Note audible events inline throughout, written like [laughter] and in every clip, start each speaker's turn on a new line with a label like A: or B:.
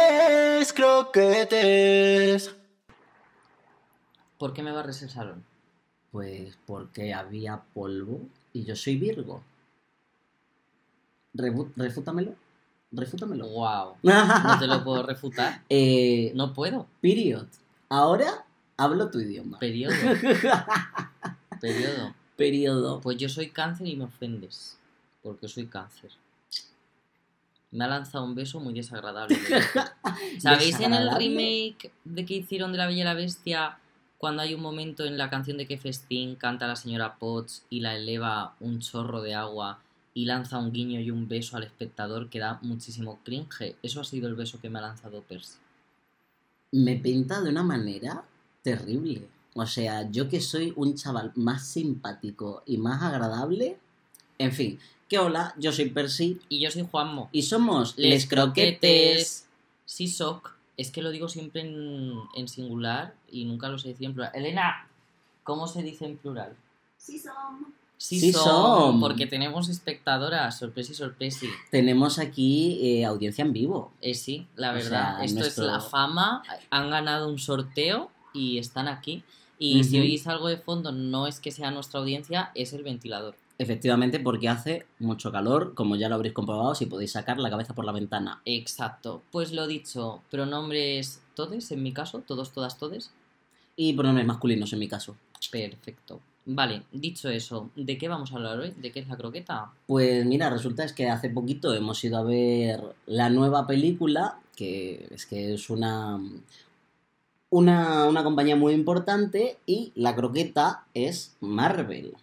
A: mis croquetes.
B: ¿Por qué me barres el salón? Pues porque había polvo y yo soy Virgo. Rebu- refútamelo.
C: [laughs]
B: Refútamelo.
C: Wow. No te lo puedo
B: [laughs]
C: refutar.
B: Eh,
C: No puedo.
B: period. Ahora hablo tu idioma. [laughs]
C: Periodo. Periodo.
B: Periodo.
C: Pues yo soy cáncer y me ofendes. Porque soy cáncer. Me ha lanzado un beso muy desagradable. ¿Sabéis en el
B: ¿Desagradable?
C: remake de que hicieron de La Bella y la Bestia? Cuando hay un momento en la canción de que Festín canta la señora Potts y la eleva un chorro de agua y lanza un guiño y un beso al espectador que da muchísimo cringe. Eso ha sido el beso que me ha lanzado Percy.
B: Me pinta de una manera terrible. O sea, yo que soy un chaval más simpático y más agradable. En fin, que hola, yo soy Percy
C: Y yo soy Juanmo.
B: y somos
C: Les
B: Les Croquetes.
C: Sí, Soc. Es que lo digo siempre en, en singular y nunca lo sé decir en plural. Elena, ¿cómo se dice en plural?
D: Sí, son.
C: Sí,
B: Sí
C: son,
B: son.
C: Porque tenemos espectadoras. Sorpresa y sorpresa.
B: Tenemos aquí eh, audiencia en vivo.
C: Eh, sí, la
B: O
C: verdad.
B: sea,
C: Esto
B: nuestro-
C: es la fama. Han ganado un sorteo y están aquí. Y si
B: Ujú.
C: oís algo de fondo, no es que sea nuestra audiencia, es el ventilador.
B: Efectivamente, porque hace mucho calor, como ya lo habréis comprobado, si podéis sacar la cabeza por la ventana.
C: Exacto. Pues lo dicho, pronombres todes, en mi caso, todos, todas, todes.
B: Y pronombres masculinos en mi caso.
C: Perfecto. Vale, dicho eso, ¿de qué vamos a hablar hoy? ¿De qué es la croqueta?
B: Pues mira, resulta es que hace poquito hemos ido a ver la nueva película, que es que es una, una, una compañía muy importante, y la croqueta es Marvel.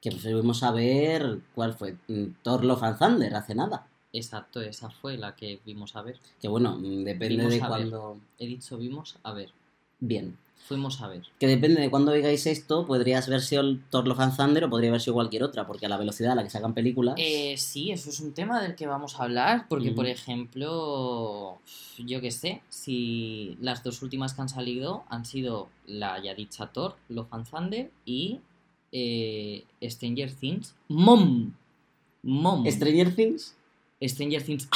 B: Que pues fuimos a ver cuál fue mm, Thor Love and Thunder hace nada.
C: Exacto, esa fue la que vimos a ver.
B: Que bueno, mm, depende
C: Vimos
B: de
C: a ver.
B: cuándo.
C: He dicho vimos a ver.
B: Bien.
C: Fuimos a ver.
B: Que depende de cuándo oigáis esto, podrías haber sido el Thor Love and Thunder o podría haber sido cualquier otra, porque a la velocidad a la que sacan películas.
C: Eh, sí, eso es un tema del que vamos a hablar, porque
B: Ujú.
C: por ejemplo, yo qué sé, si las dos últimas que han salido han sido la ya dicha Thor, Love and Thunder y eh, Stranger Things, Mom. Mom.
B: Stranger Things.
C: Stranger Things.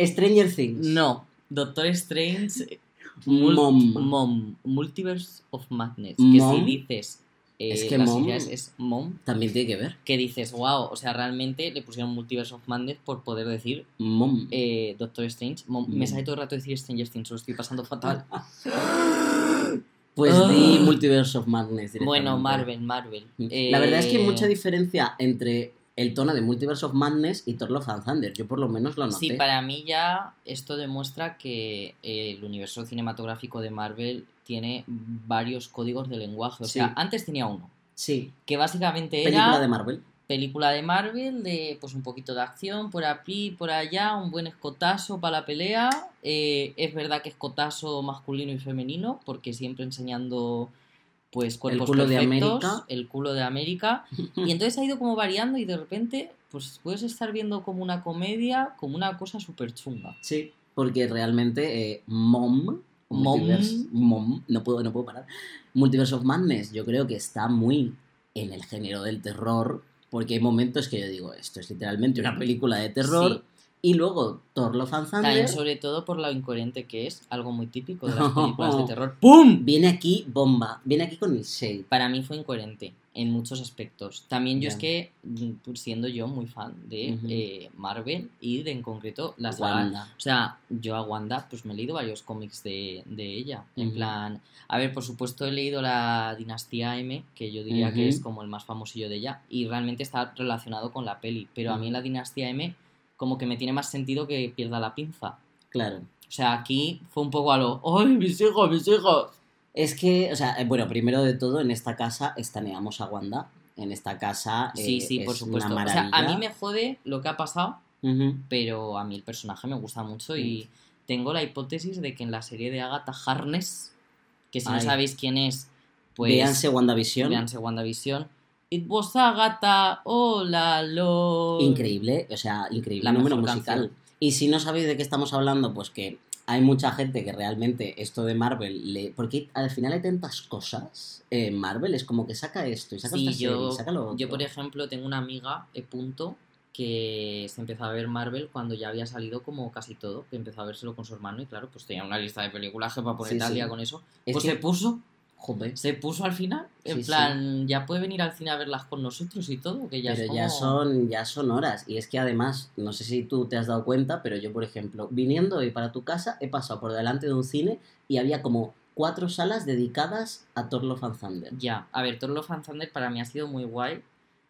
B: Stranger Things.
C: No, Doctor Strange Mul-
B: Mom.
C: Mom, Multiverse of Madness.
B: Mom.
C: Que si dices. eh,
B: Es que
C: las
B: Mom-
C: siglas es Mom.
B: También tiene que ver.
C: Que dices, wow, o sea, realmente le pusieron Multiverse of Madness por poder decir
B: Mom.
C: eh, Doctor Strange. Mom. Me
B: Mom.
C: sale todo el rato decir Stranger Things, lo estoy pasando fatal.
B: pues
C: ah.
B: di Multiverse of Madness. [laughs] directamente. Mm.
C: bueno, Marvel, Marvel.
B: La verdad es que hay
C: Eh,
B: mucha diferencia entre el tono de Multiverse of Madness y Thor Love and Thunder. Yo por lo menos lo noté.
C: Sí, para mí ya esto demuestra que eh, el universo cinematográfico de Marvel tiene varios códigos de lenguaje. O
B: Sí.
C: sea, antes tenía uno,
B: Sí.
C: que básicamente era...
B: Película de Marvel.
C: película de Marvel, de pues un poquito de acción por aquí, por allá, un buen escotazo para la pelea. Eh, es verdad que escotazo masculino y femenino, porque siempre enseñando pues cuerpos
B: culo de
C: perfectos,
B: América.
C: el culo de América. Y entonces ha ido como variando y de repente pues puedes estar viendo como una comedia, como una cosa súper chunga.
B: Sí. Porque realmente eh, Mom.
C: Mom.
B: Multiverse- Mom. No puedo, no puedo parar. Multiverse of Madness, yo creo que está muy en el género del terror. Porque hay momentos que yo digo, esto es literalmente una película de terror. Y luego Thor Love and Thunder.
C: También sobre todo por lo incoherente que es, algo muy típico
B: [laughs]
C: de las
B: No.
C: películas de terror. ¡Pum!
B: Viene aquí bomba, viene aquí con el shade.
C: para mí fue incoherente en muchos aspectos. También yo
B: Ya.
C: es que, mm, pues, siendo yo muy fan de
B: Ujú.
C: eh, Marvel y de en concreto las sagas-
B: Wanda.
C: O sea, yo a Wanda, pues me he leído varios cómics de, de ella. En
B: Ujú.
C: plan, a ver, por supuesto he leído la Dinastía M, que yo diría que
B: Ujú.
C: es como el más famosillo de ella, y realmente está relacionado con la peli. Pero a mí
B: Ujú.
C: en la Dinastía M, como que me tiene más sentido que pierda la pinza.
B: Claro.
C: O sea, aquí fue un poco a lo, ¡ay, mis hijos, mis hijos!
B: Es que, o sea, eh, bueno, primero de todo, en esta casa estaneamos a Wanda. En esta casa. eh,
C: Sí, sí,
B: es
C: por supuesto.
B: Una
C: O sea, a
B: maravilla.
C: mí me jode lo que ha pasado,
B: Ujú.
C: pero a mí el personaje me gusta mucho y
B: Mm.
C: tengo la hipótesis de que en la serie de Agatha Harness, que si no
B: Ay.
C: sabéis quién es, pues
B: Véanse WandaVision.
C: véanse WandaVision. It was Agatha, hola, lo.
B: Increíble, o sea, increíble
C: La
B: número
C: mejor
B: musical.
C: canción.
B: Y si no sabéis de qué estamos hablando, pues que hay mucha gente que realmente esto de Marvel le. Porque al final hay tantas cosas. eh, Marvel es como que saca esto y saca
C: Sí,
B: esta serie,
C: yo,
B: y saca lo
C: yo,
B: otro.
C: por ejemplo, tengo una amiga, eh, punto, que se empezó a ver Marvel cuando ya había salido como casi todo, que empezó a vérselo con su hermano y claro, pues tenía una lista de películas que para poner
B: Sí,
C: tal
B: sí.
C: día con eso.
B: Es
C: pues
B: que-
C: se puso,
B: Joder.
C: se puso al final, en
B: Sí, sí.
C: plan, ya puede venir al cine a verlas con nosotros y todo, que ya
B: pero
C: es
B: ya
C: como-
B: son ya son horas y es que además no sé si tú te has dado cuenta pero yo por ejemplo viniendo hoy para tu casa he pasado por delante de un cine y había como cuatro salas dedicadas a Thor Love and Thunder
C: Ya, a ver, Thor Love and Thunder para mí ha sido muy guay.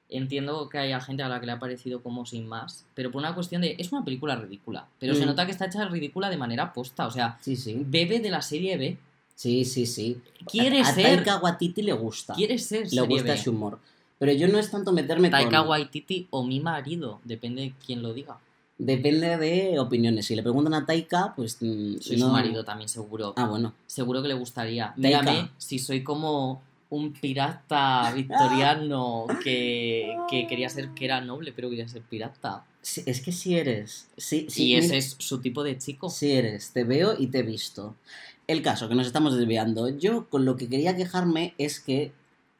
C: Entiendo que hay gente a la que le ha parecido como sin más, pero por una cuestión de. Es una película ridícula, pero se
B: Mm.
C: nota que está hecha ridícula de manera posta, o sea,
B: sí sí
C: bebe de la serie B.
B: sí sí sí
C: Quiere
B: a, a
C: ser.
B: Taika Waititi le gusta
C: Quiere ser
B: le
C: serie
B: gusta
C: B.
B: su humor pero yo no es tanto meterme
C: Taika
B: con
C: Waititi o mi marido, depende de quién lo diga.
B: depende de opiniones si le preguntan a Taika pues mm,
C: Soy
B: no-
C: su marido también, seguro.
B: ah bueno
C: Seguro que le gustaría.
B: Taika.
C: Mírame si soy como un pirata victoriano que, que quería ser, que era noble, pero quería ser pirata.
B: Sí, es que si eres sí sí
C: y ese
B: mira-
C: es su tipo de chico.
B: Si eres, te veo y te he visto. El caso, que nos estamos desviando. Yo con lo que quería quejarme es que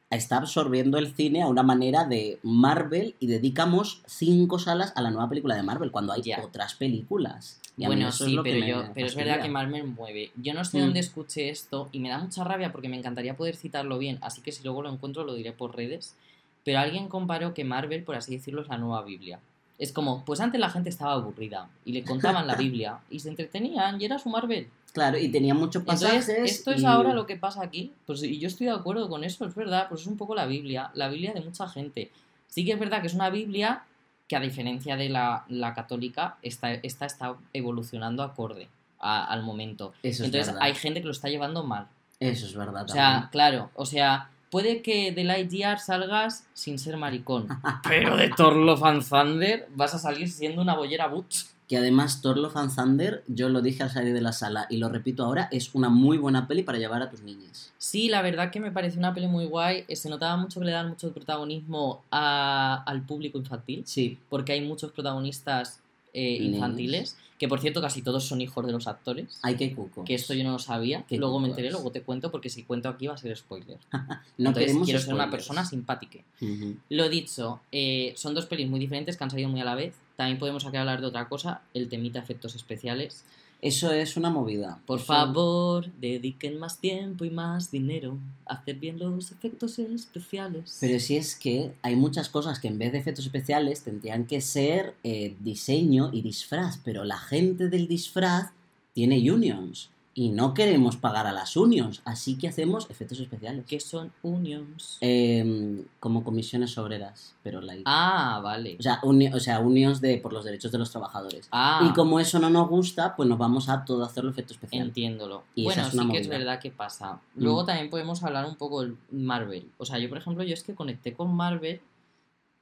B: está absorbiendo el cine a una manera de Marvel y dedicamos cinco salas a la nueva película de Marvel cuando hay
C: Ya.
B: otras películas. Y a mí
C: Bueno,
B: eso es
C: sí,
B: lo que
C: pero,
B: me
C: yo, pero es verdad
B: fastidia.
C: que Marvel mueve. Yo no sé
B: Mm.
C: dónde escuché esto y me da mucha rabia porque me encantaría poder citarlo bien, así que si luego lo encuentro lo diré por redes. Pero alguien comparó que Marvel, por así decirlo, es la nueva Biblia. Es como, pues antes la gente estaba aburrida y le contaban
B: [laughs]
C: la Biblia y se entretenían y era su Marvel.
B: Claro, y tenía muchos pasajes.
C: Entonces, esto es
B: y-
C: ahora lo que pasa aquí. Pues, y yo estoy de acuerdo con eso, es verdad. Pues es un poco la Biblia, la Biblia de mucha gente. Sí que es verdad que es una Biblia que, a diferencia de la, la católica, está, esta está evolucionando acorde a- al momento.
B: Eso es
C: Entonces,
B: verdad.
C: hay gente que lo está llevando mal.
B: Eso es verdad.
C: O sea, claro, o sea, puede que de Lightyear salgas sin ser
B: [laughs]
C: maricón, pero de Thor Love and Thunder vas a salir siendo una bollera butch.
B: Que además Thor Love and Thunder, yo lo dije al salir de la sala y lo repito ahora, es una muy buena peli para llevar a tus niñas.
C: Sí, la verdad que me pareció una peli muy guay. Eh, Se notaba mucho que le dan mucho protagonismo a- al público infantil,
B: Sí.
C: porque hay muchos protagonistas eh,
B: Niños.
C: infantiles, que por cierto casi todos son hijos de los actores,
B: Hay que cuco.
C: que esto yo no lo sabía.
B: Ah, Qué
C: Luego me
B: cucos.
C: enteré, luego te cuento, porque si cuento aquí va a ser spoiler.
B: No
C: Entonces,
B: queremos
C: quiero ser una
B: spoilers.
C: persona simpática.
B: Ujú.
C: Lo dicho, eh, son dos pelis muy diferentes que han salido muy a la vez. También podemos aquí hablar de otra cosa, el temita efectos especiales.
B: Eso es una movida.
C: Por
B: Eso-
C: favor, dediquen más tiempo y más dinero a hacer bien los efectos especiales.
B: Pero si es que hay muchas cosas que en vez de efectos especiales tendrían que ser eh, diseño y disfraz, pero la gente del disfraz tiene unions y no queremos pagar a las unions, así que hacemos efectos especiales.
C: que son unions.
B: Eh, como comisiones obreras, pero la...
C: Ah, vale.
B: O sea, uni- o sea, unions de, por los derechos de los trabajadores.
C: Ah,
B: Y como eso no nos gusta, pues nos vamos a todo hacerlo efecto especial.
C: entiéndolo.
B: Y esa
C: bueno,
B: es
C: sí
B: una
C: que es
B: movida.
C: verdad que pasa.
B: Mm.
C: Luego también podemos hablar un poco del Marvel. O sea, yo, por ejemplo, yo es que conecté con Marvel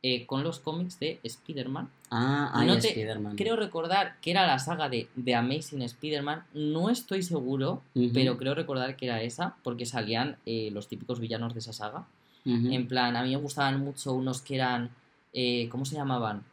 C: eh, con los cómics de Spider-Man.
B: Ah, hay
C: No te-
B: Spider-Man.
C: Creo recordar que era la saga de The Amazing Spider-Man. No estoy seguro,
B: Ujú,
C: pero creo recordar que era esa, porque salían eh, los típicos villanos de esa saga.
B: ujú.
C: En plan, a mí me gustaban mucho unos que eran. eh, ¿Cómo se llamaban?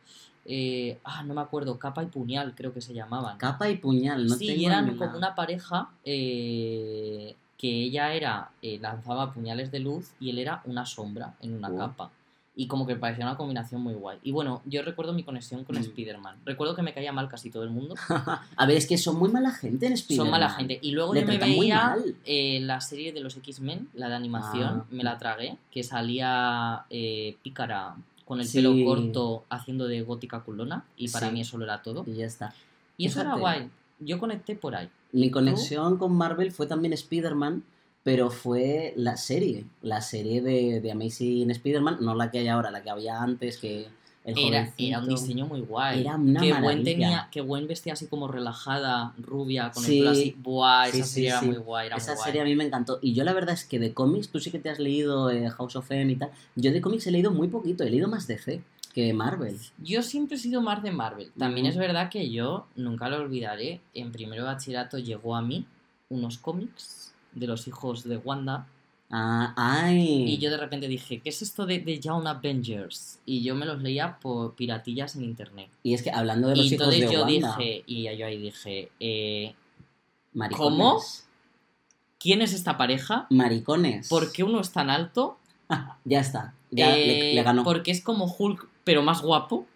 C: Eh, ah, no me acuerdo. Capa y puñal, creo que se llamaban.
B: Capa y puñal, no
C: sí,
B: tengo
C: y eran
B: ni la-
C: como una pareja eh, que ella era eh, lanzaba puñales de luz y él era una sombra en una
B: Uh.
C: capa. Y como que parecía una combinación muy guay. Y bueno, yo recuerdo mi conexión con
B: Mm.
C: Spider-Man. Recuerdo que me caía mal casi todo el
B: [laughs]
C: mundo.
B: A ver, es que son muy mala gente en Spider-Man.
C: Son mala gente. Y luego
B: Le
C: yo me
B: tratan muy
C: veía
B: mal.
C: eh, la serie de los X-Men, la de animación,
B: Ah.
C: me la tragué, que salía eh, Pícara con el
B: Sí.
C: pelo corto haciendo de gótica culona. Y para
B: Sí.
C: mí eso lo era todo.
B: Y ya está.
C: Y eso era
B: Fíjate.
C: guay. Yo conecté por ahí.
B: Mi conexión con Marvel fue también Spider-Man, pero fue la serie. La serie de, de Amazing Spider-Man, no la que hay ahora, la que había antes, que el
C: Era,
B: jovencito-
C: era un diseño muy guay.
B: Era una
C: que
B: maravilla.
C: buen tenía, que buen vestía así como relajada, rubia, con
B: Sí.
C: el pelo así. Buah,
B: Sí,
C: esa
B: sí,
C: serie era
B: sí.
C: muy guay, era
B: Esa
C: muy guay.
B: serie a mí me encantó. Y yo la verdad es que de cómics, tú sí que te has leído eh, House of M y tal. Yo de cómics he leído muy poquito, he leído más DC que Marvel.
C: Yo siempre he sido más de Marvel. También
B: Ujú.
C: es verdad que yo, nunca lo olvidaré, en primero de bachillerato llegó a mí unos cómics de los hijos de Wanda.
B: Ah, ay.
C: Y yo de repente dije, ¿qué es esto de The Young Avengers? Y yo me los leía por piratillas en internet.
B: Y es que hablando de los
C: Y
B: hijos de
C: entonces yo
B: Wanda,
C: dije, y yo ahí dije, eh, ¿Cómo?
B: maricones.
C: ¿quién es esta pareja?
B: Maricones.
C: ¿Por qué uno es tan alto?
B: [laughs] Ya está, ya le-
C: Eh,
B: le, ganó.
C: Porque es como Hulk, pero más guapo.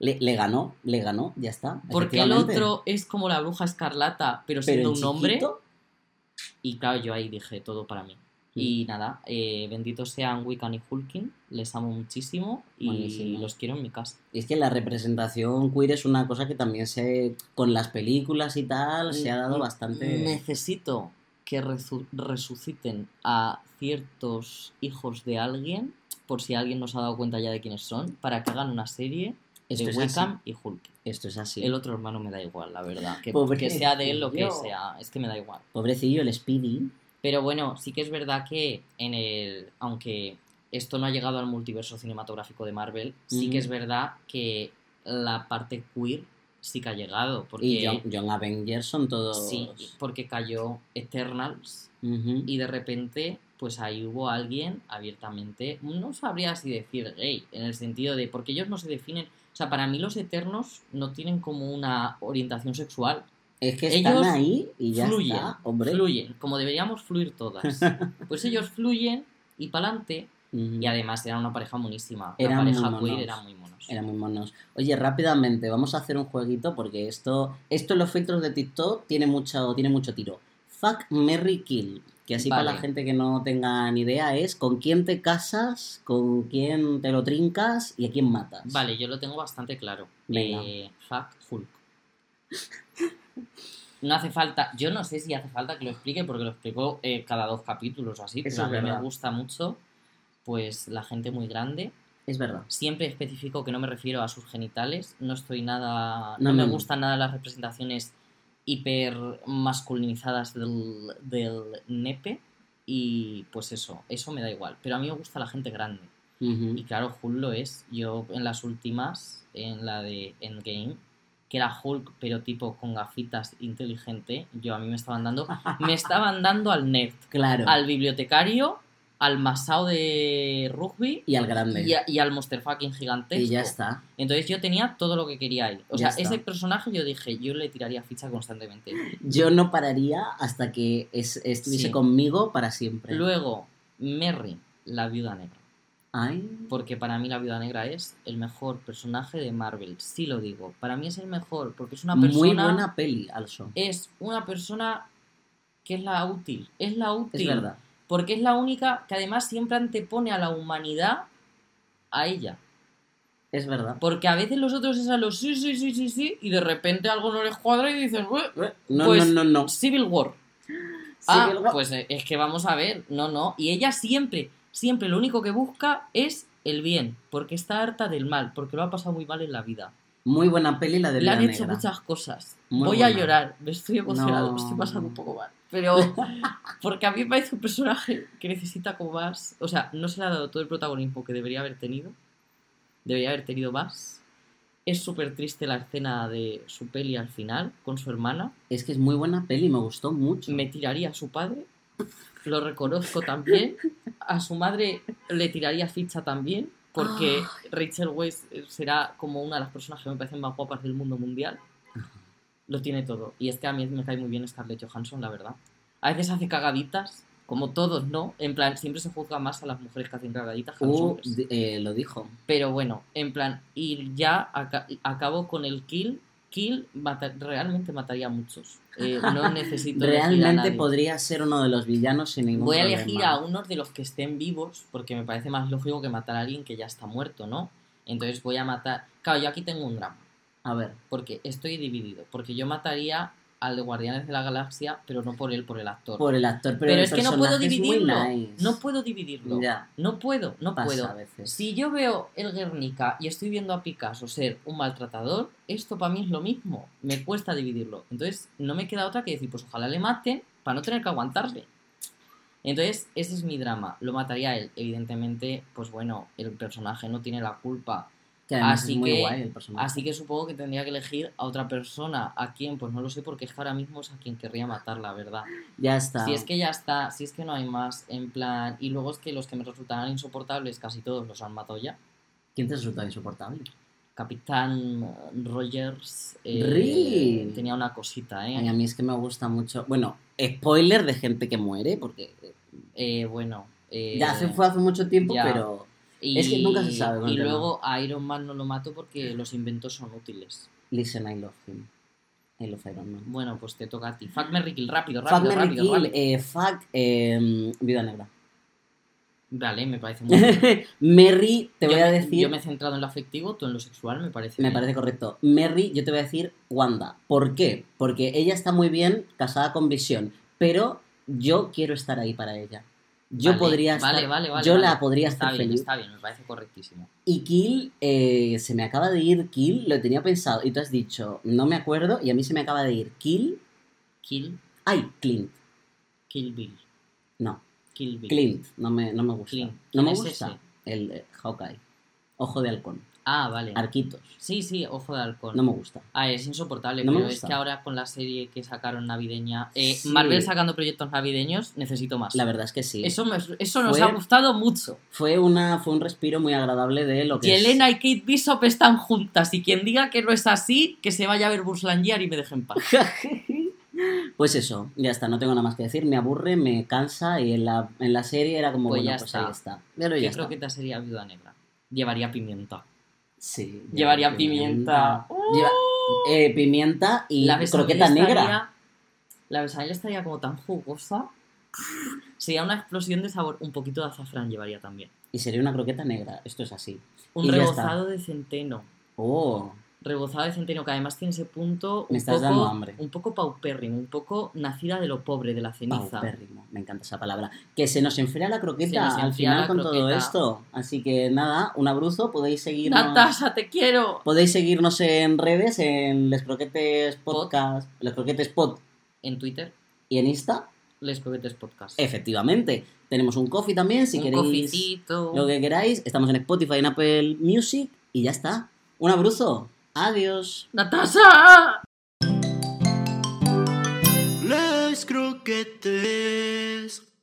B: Le, le ganó, le ganó, ya está.
C: Porque el
B: efectivamente.
C: otro es como la bruja escarlata, pero
B: Pero
C: siendo
B: en
C: un hombre.
B: chiquito,
C: Y claro, yo ahí dije todo para mí.
B: Mm.
C: Y nada, eh, benditos sean Wiccan y Hulkin, les amo muchísimo y
B: Buenísimo.
C: los quiero en mi casa.
B: Y es que la representación queer es una cosa que también se. con las películas y tal, se ha dado
C: Mm,
B: bastante.
C: Necesito que resu- resuciten a ciertos hijos de alguien, por si alguien nos ha dado cuenta ya de quiénes son, para que hagan una serie
B: Esto
C: de
B: es, así.
C: Wiccan y Hulkin.
B: Esto es así.
C: El otro hermano me da igual, la verdad. Que,
B: Pobre
C: que sea de él lo que
B: tío.
C: sea, es que me da igual.
B: Pobrecillo, el Speedy.
C: Pero bueno, sí que es verdad que en el. Aunque esto no ha llegado al multiverso cinematográfico de Marvel, sí
B: Ujú.
C: que es verdad que la parte queer sí que ha llegado. Porque,
B: Y John, John Avengers son todos.
C: sí, porque cayó Eternals
B: Ujú.
C: y de repente, pues ahí hubo alguien abiertamente. No sabría si decir gay, en el sentido de. Porque ellos no se definen. O sea, para mí los Eternos no tienen como una orientación sexual.
B: Es que
C: Ellos
B: están ahí y ya
C: fluyen,
B: está, hombre.
C: Fluyen, como deberíamos fluir
B: [laughs]
C: todas. Pues ellos fluyen y pa'lante.
B: Ujú.
C: Y además era una pareja monísima.
B: Eran
C: la pareja
B: muy monos.
C: queer era muy monos.
B: Eran muy monos. Oye, rápidamente, vamos a hacer un jueguito porque esto, esto en los filtros de TikTok tiene mucho, tiene mucho tiro. Fuck, Merry Kill. Que así para la
C: Vale.
B: gente que no tenga ni idea es con quién te casas, con quién te lo trincas y a quién matas.
C: Vale, yo lo tengo bastante claro.
B: Venga.
C: Eh, fuck Hulk. No hace falta, yo no sé si hace falta que lo explique porque lo explico eh, cada dos capítulos o así, pero
B: Eso
C: a
B: es
C: mí me
B: verdad.
C: gusta mucho pues la gente muy grande.
B: Es verdad.
C: Siempre especifico que no me refiero a sus genitales, no estoy nada,
B: No,
C: no, me
B: no, no.
C: gustan nada las representaciones hiper masculinizadas del, del nepe y pues eso, eso me da igual, pero a mí me gusta la gente grande.
B: Ujú.
C: Y claro, Hulk lo es. Yo en las últimas, en la de Endgame, que era Hulk, pero tipo con gafitas inteligente, yo a mí me estaban dando. Me estaban dando al
B: [laughs]
C: nerd,
B: Claro.
C: al bibliotecario, al masao de rugby
B: Y al grande.
C: y, a- y al monster fucking gigantesco.
B: Y ya está.
C: Entonces yo tenía todo lo que quería ahí. O
B: Ya
C: sea,
B: está.
C: ese personaje yo dije, yo le tiraría ficha constantemente.
B: Yo no pararía hasta que es- estuviese
C: Sí.
B: conmigo para siempre.
C: Luego, Merry, la viuda negra.
B: Ay.
C: Porque para mí la Viuda Negra es el mejor personaje de Marvel, sí lo digo. Para mí es el mejor, porque es una persona.
B: Muy buena peli, also.
C: Es una persona que es la útil. Es la útil.
B: Es verdad.
C: Porque es la única que además siempre antepone a la humanidad a ella.
B: Es verdad.
C: Porque a veces los otros es a los sí, sí, sí, sí, sí, y de repente algo no les cuadra y dices, "Ué,
B: No,
C: Pues-
B: no, no, no.
C: Civil War.
B: Sí,
C: Ah,
B: que el gua-
C: pues eh, es que vamos a ver, no, no. Y ella siempre, siempre lo único que busca es el bien, porque está harta del mal, porque lo ha pasado muy mal en la vida.
B: Muy buena peli la de
C: Le
B: Viuda
C: han hecho
B: Negra.
C: muchas cosas.
B: Muy
C: Voy a
B: buena.
C: llorar, me estoy emocionado,
B: No.
C: me estoy pasando un poco mal.
B: [laughs]
C: Pero porque a mí me parece un personaje que necesita como más. O sea, no se le ha dado todo el protagonismo que debería haber tenido. Debería haber tenido más. Es súper triste la escena de su peli al final con su hermana.
B: Es que es muy buena peli, me gustó mucho.
C: me tiraría a su padre, lo reconozco también, a su madre le tiraría ficha también, porque Rachel Weisz eh, será como una de las personas que me parecen más guapas del mundo mundial. Lo tiene todo. Y es que a mí me cae muy bien Scarlett Johansson, la verdad. A veces hace cagaditas, como todos, ¿no? En plan, siempre se juzga más a las mujeres que hacen cagaditas que a los
B: Uh,
C: hombres.
B: de- eh, lo dijo.
C: Pero bueno, en plan, y ya aca- acabo con el kill. Kill mata- realmente mataría a muchos. Eh,
B: [laughs]
C: no necesito. elegir a
B: Realmente
C: nadie.
B: podría ser uno de los villanos sin ningún
C: Voy a
B: problema.
C: elegir a unos de los que estén vivos, porque me parece más lógico que matar a alguien que ya está muerto, ¿no? Entonces voy a matar. Claro, yo aquí tengo un drama,
B: A ver,
C: porque estoy dividido. Porque yo mataría al de Guardianes de la Galaxia, pero no por él, por el actor.
B: por el actor, pero,
C: pero
B: el
C: es que no puedo
B: personaje es muy
C: dividirlo.
B: nice.
C: No puedo dividirlo.
B: Ya,
C: No puedo, no
B: pasa
C: puedo.
B: a veces.
C: Si yo veo el Guernica y estoy viendo a Picasso ser un maltratador, esto para mí es lo mismo. Me cuesta dividirlo. Entonces, no me queda otra que decir, pues ojalá le maten para no tener que aguantarle. Entonces, ese es mi drama. Lo mataría él. Evidentemente, pues bueno, el personaje no tiene la culpa.
B: que además
C: así
B: es muy
C: que-
B: guay el personaje.
C: Así que supongo que tendría que elegir a otra persona. ¿A quién? Pues no lo sé porque es que ahora mismo es a quien querría matar, la verdad.
B: Ya está.
C: Si es que ya está, si es que no hay más, en plan... Y luego es que los que me resultaban insoportables, casi todos los han matado ya.
B: ¿Quién te resulta insoportable?
C: Capitán Rogers eh,
B: Really?
C: tenía una cosita,
B: Ay, a
C: ¿eh?
B: mí es que me gusta mucho. Bueno, spoiler de gente que muere, porque
C: Eh, bueno, eh,
B: ya se fue hace mucho tiempo,
C: ya.
B: pero
C: Y,
B: Es que nunca se sabe con
C: Y
B: el tema.
C: luego a Iron Man no lo mato porque los inventos son útiles.
B: Listen, I love him. I love Iron Man.
C: Bueno, pues te toca a ti. Fuck Merry Kill, rápido,
B: Fuck
C: rápido,
B: Mary
C: rápido.
B: Kill,
C: Vale.
B: eh, fuck eh, Viuda Negra. [laughs]
C: Vale, me parece muy bien.
B: Merry, te voy
C: Yo
B: a
C: me-
B: decir.
C: Yo me he centrado en lo afectivo, tú en lo sexual, me parece.
B: Me
C: bien.
B: parece correcto. Merry, yo te voy a decir Wanda. ¿Por qué? Porque ella está muy bien casada con Visión, pero yo quiero estar ahí para ella. Yo
C: Vale,
B: podría estar,
C: vale, vale, vale,
B: yo
C: vale.
B: la podría
C: Está
B: estar
C: bien,
B: feliz.
C: está bien, me parece correctísimo.
B: Y Kill, eh, se me acaba de ir Kill, lo tenía pensado y tú has dicho, no me acuerdo, y a mí se me acaba de ir Kill.
C: Kill,
B: Ay, Clint.
C: Kill Bill,
B: No,
C: Kill Bill.
B: Clint, no me, no me gusta.
C: Clint. Ah,
B: No
C: ¿Quién
B: me
C: es
B: gusta el eh, Hawkeye. Ojo de halcón.
C: Ah, vale.
B: Arquitos.
C: sí, sí, ojo de halcón.
B: No me gusta.
C: Ah, es insoportable,
B: No me
C: pero es
B: gusta.
C: que ahora con la serie que sacaron navideña, eh,
B: Sí.
C: Marvel sacando proyectos navideños, necesito más.
B: La verdad es que sí.
C: Eso, me- eso nos
B: Fue-
C: ha gustado mucho.
B: Fue, una, fue un respiro muy agradable de lo que es-
C: Yelena y Kate Bishop están juntas y quien diga que no es así, que se vaya a ver Burlangier y me deje en paz.
B: [laughs] Pues eso, ya está, no tengo nada más que decir, me aburre, me cansa y en la, en la serie era como,
C: Pues
B: bueno,
C: ya
B: pues
C: está.
B: ahí está. Pero ya
C: Yo
B: está.
C: creo que esta sería Viuda Negra. Llevaría pimienta.
B: Sí,
C: Llevaría pimienta. ¡Uh!
B: Lleva- eh, pimienta y
C: La besamel
B: croqueta
C: estaría-
B: negra.
C: La besamel estaría como tan jugosa. Sería una explosión de sabor. Un poquito de azafrán llevaría también.
B: Y sería una croqueta negra, esto es así.
C: Un
B: Y ya está.
C: rebozado de centeno.
B: Oh,
C: Rebozado de centeno, que además tiene ese punto un
B: Me estás
C: poco,
B: dando hambre.
C: un poco paupérrimo, un poco nacida de lo pobre, de la ceniza.
B: paupérrimo, me encanta esa palabra. Que se nos enfría la
C: Se
B: croqueta
C: nos
B: al
C: enfría
B: final
C: la
B: con todo
C: croqueta.
B: esto. Así que nada, un abruzo, podéis seguirnos.
C: Natasha, te quiero.
B: Podéis seguirnos en redes, en Les Croquetes Podcast, Les Croquetes Pod
C: En Twitter,
B: y en Insta.
C: Les Coquetes Podcast.
B: Efectivamente, tenemos un coffee también, si
C: un
B: queréis
C: cofitito.
B: lo que queráis. Estamos en Spotify, en Apple Music y ya está. Un abruzo. Adiós.
C: ¡Natasha!
A: Les croquettes.